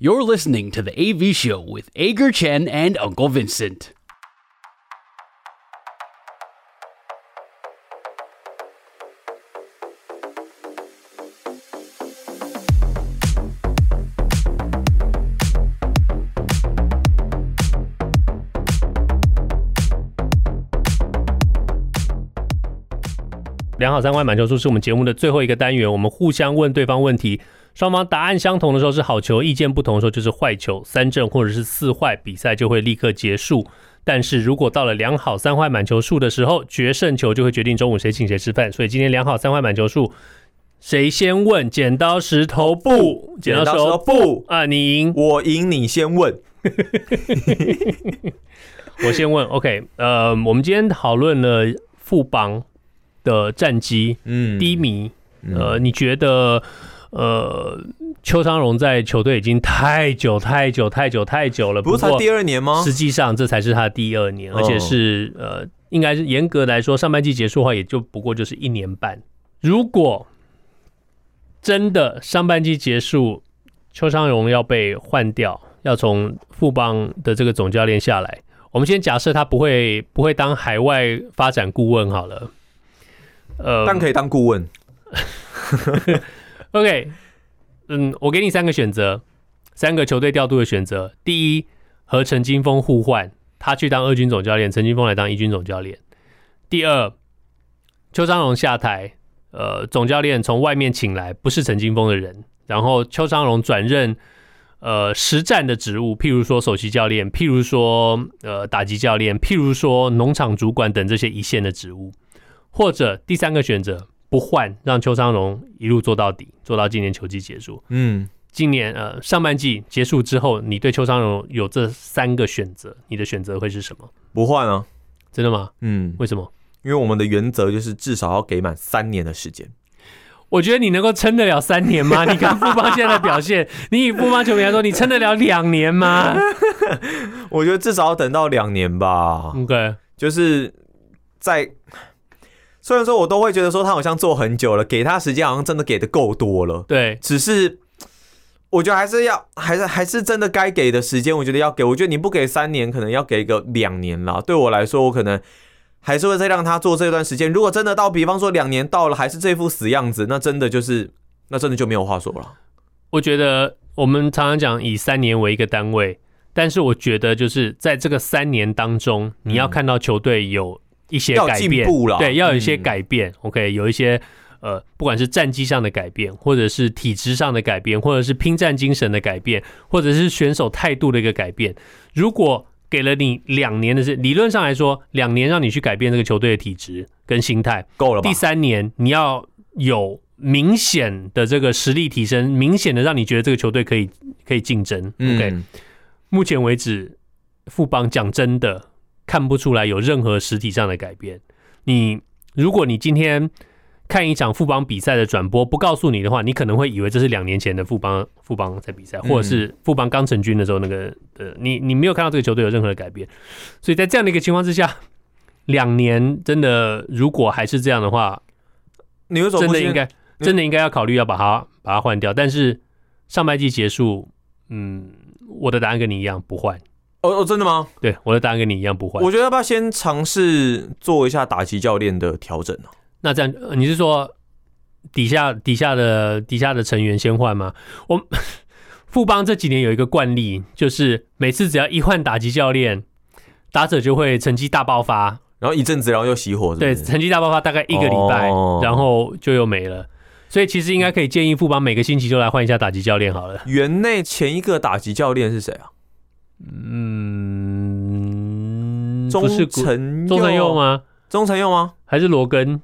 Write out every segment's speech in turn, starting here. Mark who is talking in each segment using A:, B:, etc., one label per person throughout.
A: You're listening to the AV Show with Ager Chen and Uncle Vincent.
B: 《良好三观满球数》是我们节目的最后一个单元，我们互相问对方问题，双方答案相同的时候是好球，意见不同的时候就是坏球，三正或者是四坏，比赛就会立刻结束。但是如果到了良好三坏满球数的时候，决胜球就会决定中午谁请谁吃饭。所以今天良好三坏满球数，谁先问？剪刀石头布，剪刀石头布
C: 不，
B: 啊，你赢，
C: 我赢你先问。
B: 我先问。OK，呃，我们今天讨论了富邦的战绩
C: 嗯
B: 低迷。呃，你觉得呃，邱昌荣在球队已经太久太久太久太久了，
C: 不是才
B: 过
C: 第二年吗？
B: 实际上这才是他的第二年，而且
C: 哦
B: 是呃，应该是严格来说，上半季结束的话，也就不过就是一年半。如果真的上半季结束，邱昌荣要被换掉，要从富邦的这个总教练下来。我们先假设他不会不会当海外发展顾问好了，呃，
C: 但可以当顾问。
B: OK，嗯，我给你三个选择，三个球队调度的选择。第一，和陈金峰互换，他去当二军总教练，陈金峰来当一军总教练。第二，邱昌荣下台，呃，总教练从外面请来，不是陈金峰的人，然后邱昌荣转任呃实战的职务，譬如说首席教练，譬如说呃打击教练，譬如说农场主管等这些一线的职务。或者第三个选择不换，让邱昌荣一路做到底，做到今年球季结束。
C: 嗯，
B: 今年呃上半季结束之后，你对邱昌荣有这三个选择，你的选择会是什么？
C: 不换啊。
B: 真的吗？
C: 嗯，
B: 为什么？
C: 因为我们的原则就是至少要给满三年的时间。
B: 我觉得你能够撑得了三年 吗？你看富邦现在的表现，你以富邦球迷来说，你撑得了两年吗
C: 我觉得至少要等到两年吧。
B: ？OK，
C: 就是在，虽然说我都会觉得说他好像做很久了，给他时间好像真的给的够多了，
B: 对，
C: 只是。我觉得还是要，还是还是真的该给的时间，我觉得要给。我觉得你不给三年，可能要给个两年啦。对我来说，我可能还是会再让他做这段时间。如果真的到，比方说两年到了，还是这副死样子，那真的就是，那真的就没有话说了。
B: 我觉得我们常常讲以三年为一个单位，但是我觉得就是在这个三年当中，你要看到球队有一些
C: 嗯要
B: 改
C: 进
B: 变，
C: 步啦
B: 对，要有一些
C: 嗯
B: 改变。OK，有一些呃，不管是战绩上的改变，或者是体制上的改变，或者是拼战精神的改变，或者是选手态度的一个改变。如果给了你两年的是理论上来说，两年让你去改变这个球队的体质跟心态，
C: 够了吧
B: 第？三年你要有明显的这个实力提升，明显的让你觉得这个球队可以可以竞争。OK，、
C: 嗯
B: 目前为止，富邦讲真的看不出来有任何实体上的改变。你如果你今天看一场富邦比赛的转播，不告诉你的话，你可能会以为这是两年前的富邦富邦在比赛，
C: 嗯
B: 或者是富邦刚成军的时候那个呃，你你没有看到这个球队有任何的改变，所以在这样的一个情况之下，两年真的如果还是这样的话，
C: 你为什么
B: 真
C: 不嗯
B: 的
C: 先
B: 应该真的应该要考虑要把它把它换掉。但是上半季结束，嗯，我的答案跟你一样不换。
C: 哦哦，真的吗？
B: 对，我的答案跟你一样不换
C: 我。觉得要不要先尝试做一下打击教练的调整啊呢、
B: 那这样，呃你是说底下底下的底下的成员先换吗？我 们富邦这几年有一个惯例，就是每次只要一换打击教练，打者就会成绩大爆发。
C: 然后一阵子，然后又熄火是不
B: 对，
C: 是，
B: 成绩大爆发大概一个礼拜，
C: 哦
B: 然后就又没了。所以其实应该可以建议富邦每个星期就来换一下打击教练好了。
C: 园内前一个打击教练是谁啊？
B: 嗯，
C: 钟
B: 不是古
C: 成
B: 钟成佑？吗？
C: 钟成佑吗？
B: 还是罗根？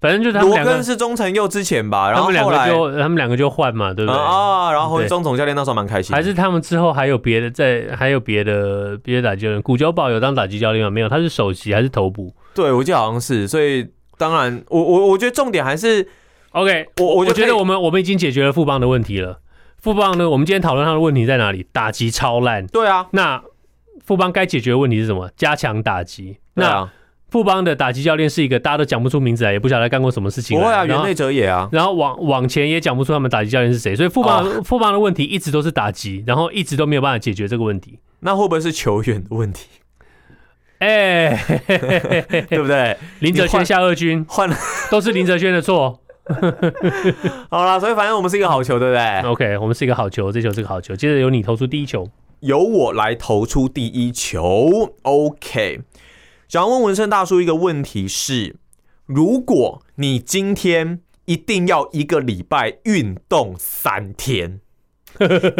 B: 反正就是他们
C: 罗
B: 两个
C: 根，是钟成佑之前吧，然
B: 他
C: 后
B: 们两
C: 后
B: 个
C: 来
B: 就他们两个就换嘛，对不
C: 啊
B: 对？
C: 啊，然后
B: 对
C: 钟总教练那时候蛮开心的，
B: 还是他们之后还有别的在，还有别的别的打击教练，古久保有当打击教练吗？没有，他是首席还是头部
C: 对我记得好像是，所以当然我我我觉得重点还是
B: ？OK，
C: 我我
B: 我
C: 就可以
B: 觉得我们我们已经解决了富邦的问题了。富邦呢，我们今天讨论他的问题在哪里？打击超烂。
C: 对啊，
B: 那富邦该解决的问题是什么？加强打击。
C: 对
B: 那
C: 啊，
B: 富邦的打击教练是一个大家都讲不出名字来，也不晓得他干过什么事情
C: 不
B: 来。
C: 会啊，
B: 然
C: 园
B: 后
C: 内哲也啊，
B: 然后往往前也讲不出他们打击教练是谁，所以富邦、富邦的问题一直都是打击，然后一直都没有办法解决这个问题。
C: 那会不会是球员的 问题？
B: 哎、
C: 对不对？
B: 林哲轩下二军
C: 换了
B: 都是林哲轩的错。
C: 好啦，所以反正我们是一个好球，对不对？
B: OK，我们是一个好球，这球是个好球。接着由你投出第一球，
C: 由我来投出第一球。OK，想要问文胜大叔一个问题是：如果你今天一定要一个礼拜运动三天，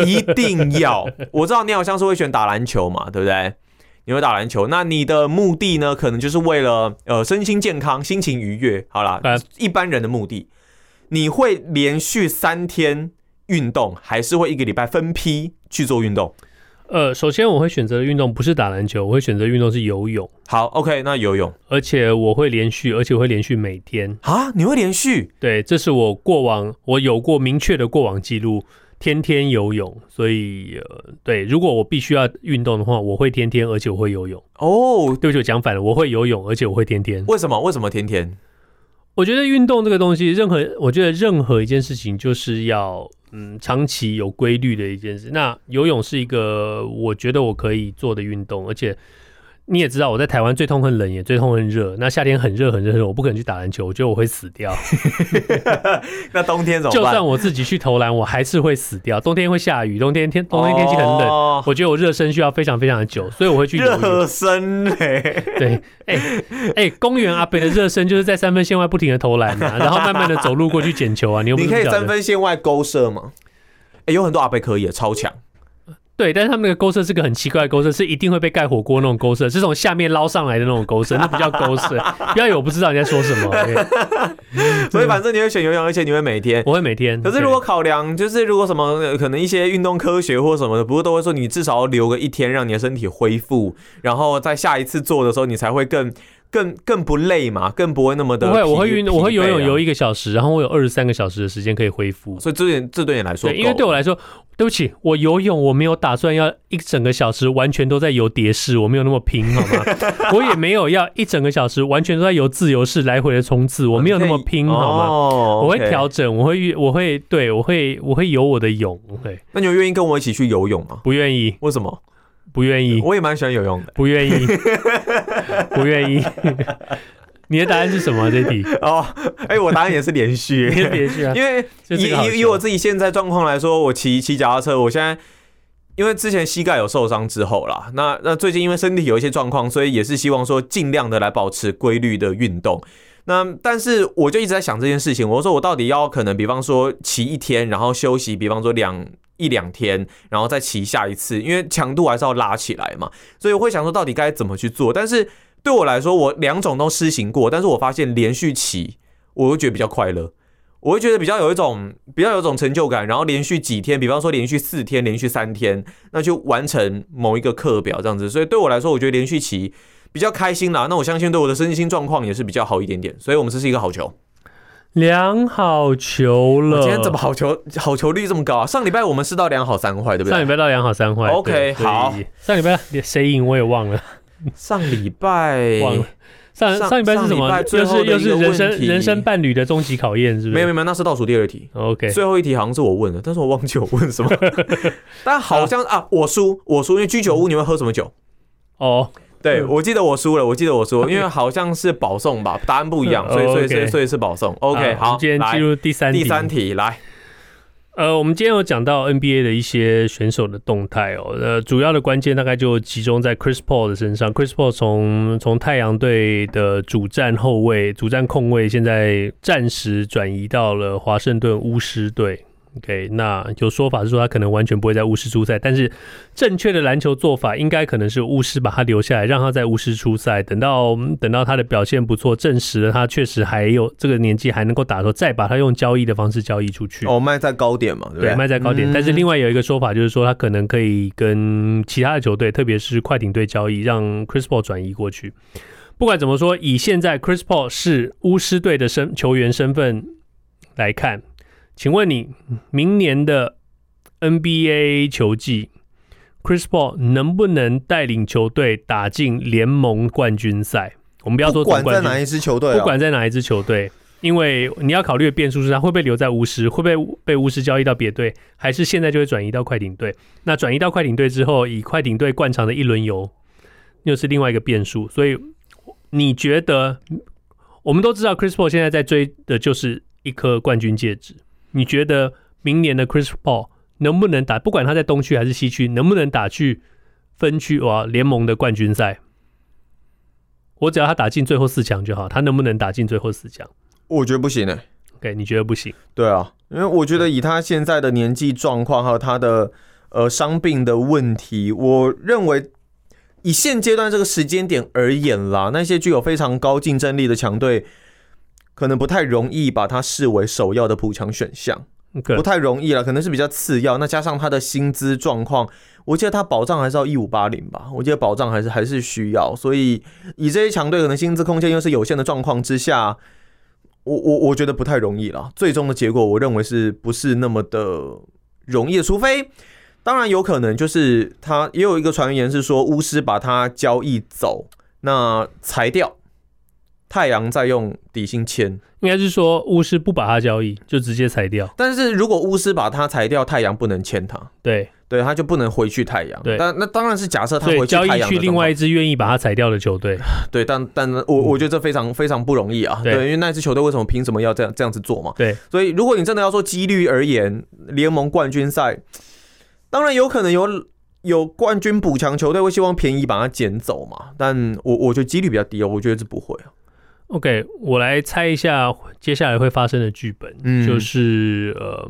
C: 一定要，我知道你好像是会选打篮球嘛，对不对？你会打篮球，那你的目的呢？可能就是为了呃身心健康、心情愉悦。好啦，
B: 呃
C: 一般人的目的，你会连续三天运动，还是会一个礼拜分批去做运动？
B: 呃，首先我会选择的运动不是打篮球，我会选择运动是游泳，
C: 好，OK，那游泳
B: 而且我会连续，而且我会连续每天。
C: 啊，你会连续
B: 对，这是我过往我有过明确的过往记录，天天游泳。所以呃，对，如果我必须要运动的话，我会天天，而且我会游泳。
C: 哦？
B: 对不起，我讲反了，我会游泳，而且我会天天。
C: 为什么？为什么甜甜？
B: 我觉得运动这个东西，任何我觉得任何一件事情就是要嗯长期有规律的一件事。那游泳是一个我觉得我可以做的运动，而且你也知道我在台湾最痛恨冷，也最痛恨热。那夏天很热很热很热，我不可能去打篮球，我觉得我会死掉。
C: 那冬天 怎
B: 就
C: 么办
B: 算？我自己去投篮，我还是会死掉。冬天会下雨，冬天天冬天天气很冷，
C: 哦
B: 我觉得我热身需要非常非常的久，所以我会去游泳。
C: 热身欸嘞，
B: 对，哎、哎、公园阿北的热身就是在三分线外不停的投篮 啊，然后慢慢的走路过去捡球啊，你又不
C: 你
B: 是
C: 可以
B: 不晓
C: 三
B: 得。
C: 分线外勾射吗？哎、有很多阿贝可以，超强。
B: 对，但是他们那个勾射是个很奇怪的勾射，是一定会被盖火锅那种勾射，是从下面捞上来的那种勾射，那不叫勾 射。不要以为我不知道你在说什么，OK？哎
C: 所以反正你会选游泳，而且你会每天。
B: 我会每天。
C: 可是如果考量就是如果什么呃可能一些运动科学或什么的，不是都会说你至少要留个一天，让你的身体恢复，然后在下一次做的时候你才会更更更不累嘛，更不会那么
B: 对
C: 的
B: 不会，我
C: 疲啊
B: 会运，我会游泳游
C: 疲惫
B: 一个小时，然后我有二十三个小时的时间可以恢复
C: 啊。所以这点这对你来说
B: 对，
C: 够，
B: 因为对我来说，对不起，我游泳我没有打算要一整个小时完全都在游蝶式，我没有那么拼，好吗？ 我也没有要一整个小时完全都在游自由式来回的冲刺， 我没有那么拼，好吗？
C: 哦
B: 我会
C: OK
B: 调整，我会，我会，对我会，我会游我的泳，对，
C: 那你有愿意跟我一起去游泳吗？
B: 不愿意，
C: 为什么？
B: 不愿意，
C: 我也蛮喜欢游泳的。
B: 不愿 意，不愿意。 你的答案是什么？这一 题，
C: 哦，哎、我答案也是连
B: 你
C: 续，
B: 别去啊，
C: 因为
B: 就
C: 以
B: 这个好
C: 以以
B: 笑
C: 我自己现在状况来说，我骑骑脚踏车，我现在因为之前膝盖有受伤之后啦，那那最近因为身体有一些状况，所以也是希望说尽量的来保持规律的运动。那但是我就一直在想这件事情，我说我到底要可能，比方说骑一天，然后休息，比方说两一两天，然后再骑下一次，因为强度还是要拉起来嘛，所以我会想说到底该怎么去做。但是对我来说，我两种都施行过，但是我发现连续骑，我会觉得比较快乐。我会觉得比较有一种比较有一种成就感，然后连续几天，比方说连续四天、连续三天，那去完成某一个课表这样子。所以对我来说，我觉得连续骑比较开心啦。那我相信对我的身心状况也是比较好一点点。所以我们这是一个好球。
B: 量好球了。
C: 今天怎么好球好球率这么高啊？上礼拜我们是到两好三坏，对不对？
B: 上礼拜到两好三坏。
C: OK，
B: 对所以
C: 好
B: 上礼拜谁赢我也忘了，
C: 上礼拜
B: 忘了。上
C: 上
B: 上礼拜是什
C: 上礼
B: 么
C: 拜？最
B: 又
C: 后的
B: 是
C: 一个
B: 又是人生
C: 问题
B: 人生伴侣的终极考验，是不是？
C: 没有没有没有，那是倒数第二题。
B: OK，
C: 最后一题好像是我问的，但是我忘记我问什么。但好像啊，我输，我输，因为居酒屋你会喝什么酒？
B: 哦，
C: 对，
B: 嗯
C: 我记得我输了，我记得我输，因为好像是保送 吧，答案不一样，
B: 嗯
C: 所以所以所以
B: OK
C: 所以是保送。OK，
B: 啊我
C: 好
B: 们，今天进
C: 来
B: 入第三
C: 第三题，来，
B: 呃，我们今天有讲到 NBA 的一些选手的动态哦，呃，主要的关键大概就集中在 Chris Paul 的身上。Chris Paul 从从太阳队的主战后卫、主战控卫，现在暂时转移到了华盛顿巫师队。OK，那有说法是说他可能完全不会在巫师出赛，但是正确的篮球做法应该可能是巫师把他留下来，让他在巫师出赛，等到等到他的表现不错，证实了他确实还有这个年纪还能够打的时候，再把他用交易的方式交易出去。
C: 哦，卖在高点嘛，对不
B: 嗯
C: 嗯
B: 对，卖在高点。但是另
C: 外
B: 外有一个说法就是说，他可能可以跟其他的球队，特别是快艇队交易，让 Chris Paul 转移过去。不管怎么说，以现在 Chris Paul 是巫师队的身球员身份来看，请问你明年的 NBA 球季，Chris Paul 能不能带领球队打进联盟冠军赛？我们不要说
C: 不
B: 总
C: 管
B: 冠
C: 在
B: 军
C: 哪一支球队、啊，
B: 不管在哪一支球队，因为你要考虑的变数是他会不会留在巫师，会不会被巫师交易到别队，还是现在就会转移到快艇队？那转移到快艇队之后，以快艇队惯常的一轮游，又是另外一个变数。所以你觉得，我们都知道 Chris Paul 现在在追的就是一颗冠军戒指，你觉得明年的 Chris Paul 能不能打？不管他在东区还是西区，能不能打去分区哇联盟的冠军赛？我只要他打进最后四强就好，他能不能打进最后四强
C: 我觉得不行哎、
B: ？OK，你觉得不行？
C: 对啊，因为我觉得以他现在的年纪状况，还有他的呃伤病的问题，我认为以现阶段这个时间点而言啦，那些具有非常高竞争力的强队，可能不太容易把他视为首要的补强选项，
B: 可
C: 不太容易了，可能是比较次要。那加上他的薪资状况，我记得他保障还是要一五八零吧，我记得保障还是还是需要，所以以这些强队可能薪资空间又是有限的状况之下，我我我觉得不太容易了。最终的结果，我认为是不是那么的容易？除非，当然有可能就是他也有一个传言是说巫师把他交易走，那裁掉，太阳再用底薪签。
B: 应该是说巫师不把他交易，就直接裁掉。
C: 但是如果巫师把他裁掉，太阳不能签他，
B: 对，
C: 对他就不能回去太阳。
B: 对
C: 但那当然是假设他
B: 所
C: 回
B: 以
C: 去
B: 交
C: 太
B: 易
C: 阳的
B: 去另
C: 状况
B: 外一支愿意把他裁掉的球队。
C: 对，但但我我觉得这非常非常不容易啊，
B: 对
C: 对，因为那支球队为什么凭什么要这样这样子做嘛？
B: 对，
C: 所以如果你真的要说几率而言，联盟冠军赛，当然有可能有有冠军补强球队会希望便宜把它捡走嘛，但我我觉得几率比较低哦，我觉得这不会啊，
B: OK，我来猜一下接下来会发生的剧本，
C: 嗯
B: 就是呃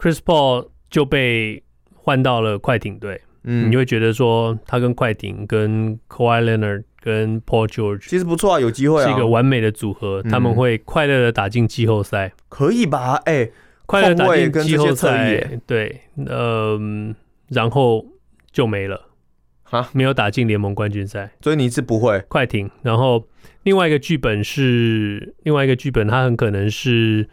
B: ，Chris Paul 就被换到了快艇队，
C: 嗯
B: 你，会觉得说他跟快艇、跟 Kawhi Leonard、跟 Paul George
C: 其实不错啊，有机会啊，
B: 是一个完美的组合，
C: 嗯
B: 他们会快乐的打进季后赛。
C: 可以吧？哎、
B: 快乐打
C: 控卫
B: 进
C: 跟
B: 季
C: 这些
B: 后
C: 侧翼
B: 赛
C: 耶，
B: 对，嗯、然后就没了，
C: 哈，
B: 没有打进联盟冠军赛，
C: 所以你是不会，
B: 快艇。然后另外一个剧本是另外一个剧本，它很可能是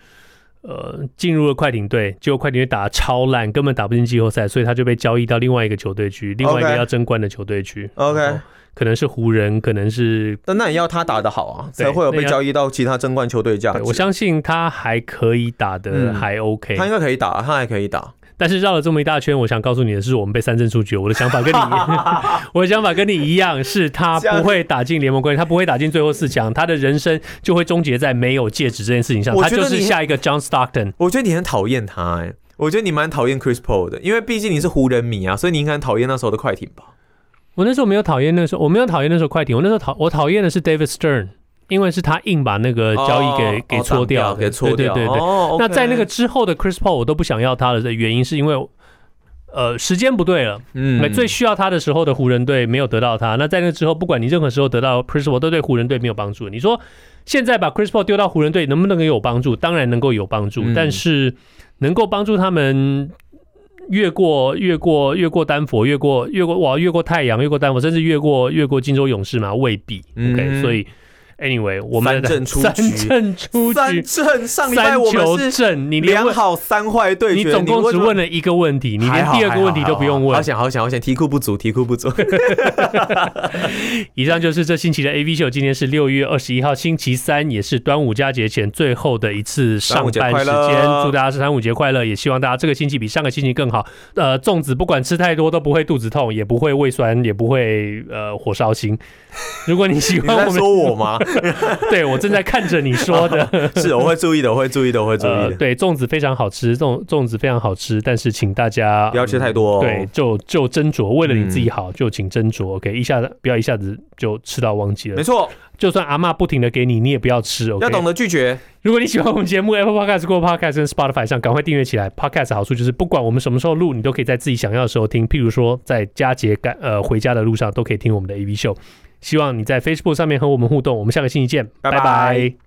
B: 呃进入了快艇队，结果快艇队打得超烂，根本打不进季后赛，所以他就被交易到另外一个球队去，另外一个
C: OK
B: 要争冠的球队去。
C: OK
B: 然后可能是湖人，可能是
C: 但那也要他打得好啊，
B: 对
C: 才会有
B: 那
C: 被
B: 要
C: 交易到其他争冠球队的价
B: 对我
C: 值。
B: 相信他还可以打的
C: 嗯
B: 还 OK，、
C: 他应该可以打，他还可以打。
B: 但是绕了这么一大圈，我想告诉你的是，我们被三振出局。我的想法跟你， 我的想法跟你一样，是他不会打进联盟冠军，他不会打进最后四强，他的人生就会终结在没有戒指这件事情上。
C: 我
B: 他
C: 觉得
B: 就是
C: 你
B: 下一个 John Stockton。
C: 我觉得你很讨厌他、哎，我觉得你蛮讨厌 Chris Paul 的，因为毕竟你是湖人迷啊，所以你应该很讨厌那时候的快艇吧？
B: 我那时候没有讨厌那时候，我没有讨厌那时候快艇，我那时候讨我讨厌的是 David Stern，因为是他硬把那个呃交易给、
C: 哦
B: 给
C: 哦
B: 搓
C: 挡
B: 掉的，
C: 给搓掉。
B: 对对对对
C: 哦
B: 那
C: OK
B: 在那个之后的 Chris Paul，我都不想要他了的原因是因为，呃，时间不对了。那
C: 嗯
B: 呃最需要他的时候的湖人队没有得到他，那在那之后，不管你任何时候得到 Chris Paul 都对湖人队没有帮助。你说现在把 Chris Paul 丢到湖人队能不能有帮助？当然能够有帮助，
C: 嗯
B: 但是能够帮助他们越过越过越过丹佛，越过越过哇，越过太阳，越过丹佛，甚至越过越过金州勇士嘛？未必。
C: 嗯
B: OK，所以 anyway，我们
C: 三振出局
B: 三振出
C: 三
B: 局，
C: 阵上礼拜
B: 三
C: 我
B: 球
C: 们是
B: 阵，你连
C: 良
B: 问
C: 好三坏对
B: 你
C: 决，
B: 总共只
C: 为什么
B: 问了一个问题，你
C: 还
B: 连
C: 好
B: 第二个
C: 还
B: 问题
C: 好
B: 都不用问
C: 好。想好想好想，题库不足，题库 不足。
B: 以上就是这星期的 AV 秀，今天是六月二十一号，星期三，也是端午佳节前最后的一次上班时
C: 端午节
B: 间
C: 快。乐
B: 祝大家是端午节快乐，也希望大家这个星期比上个星期更好。呃，粽子不管吃太多都不会肚子痛，也不会胃酸，也不会呃火烧 心。如果你喜
C: 你
B: 欢
C: 在
B: 我们，
C: 说我吗？
B: 对我正在看着你说 的。
C: 是，我会注意的，我会注意的，我会注
B: 呃，
C: 意的，
B: 对，粽子非常好吃，粽粽子非常好吃，但是请大家
C: 不要吃太多哦。嗯
B: 对，，就就斟酌，为了你自己好，就请斟酌。OK，一下子不要一下子就吃到忘记了
C: 没。错，
B: 就算阿嬷不停的给你，你也不要吃。OK，
C: 要懂得拒绝。
B: 如果你喜欢我们节目，Apple Podcast、Google Podcast 跟 Spotify 上，赶快订阅起来。Podcast 的好处就是，不管我们什么时候录，你都可以在自己想要的时候听。譬如说，在佳节赶呃回家的路上，都可以听我们的 AV 秀。希望你在 Facebook 上面和我们互动。我们下个星期见，
C: 拜
B: 拜
C: 拜
B: 拜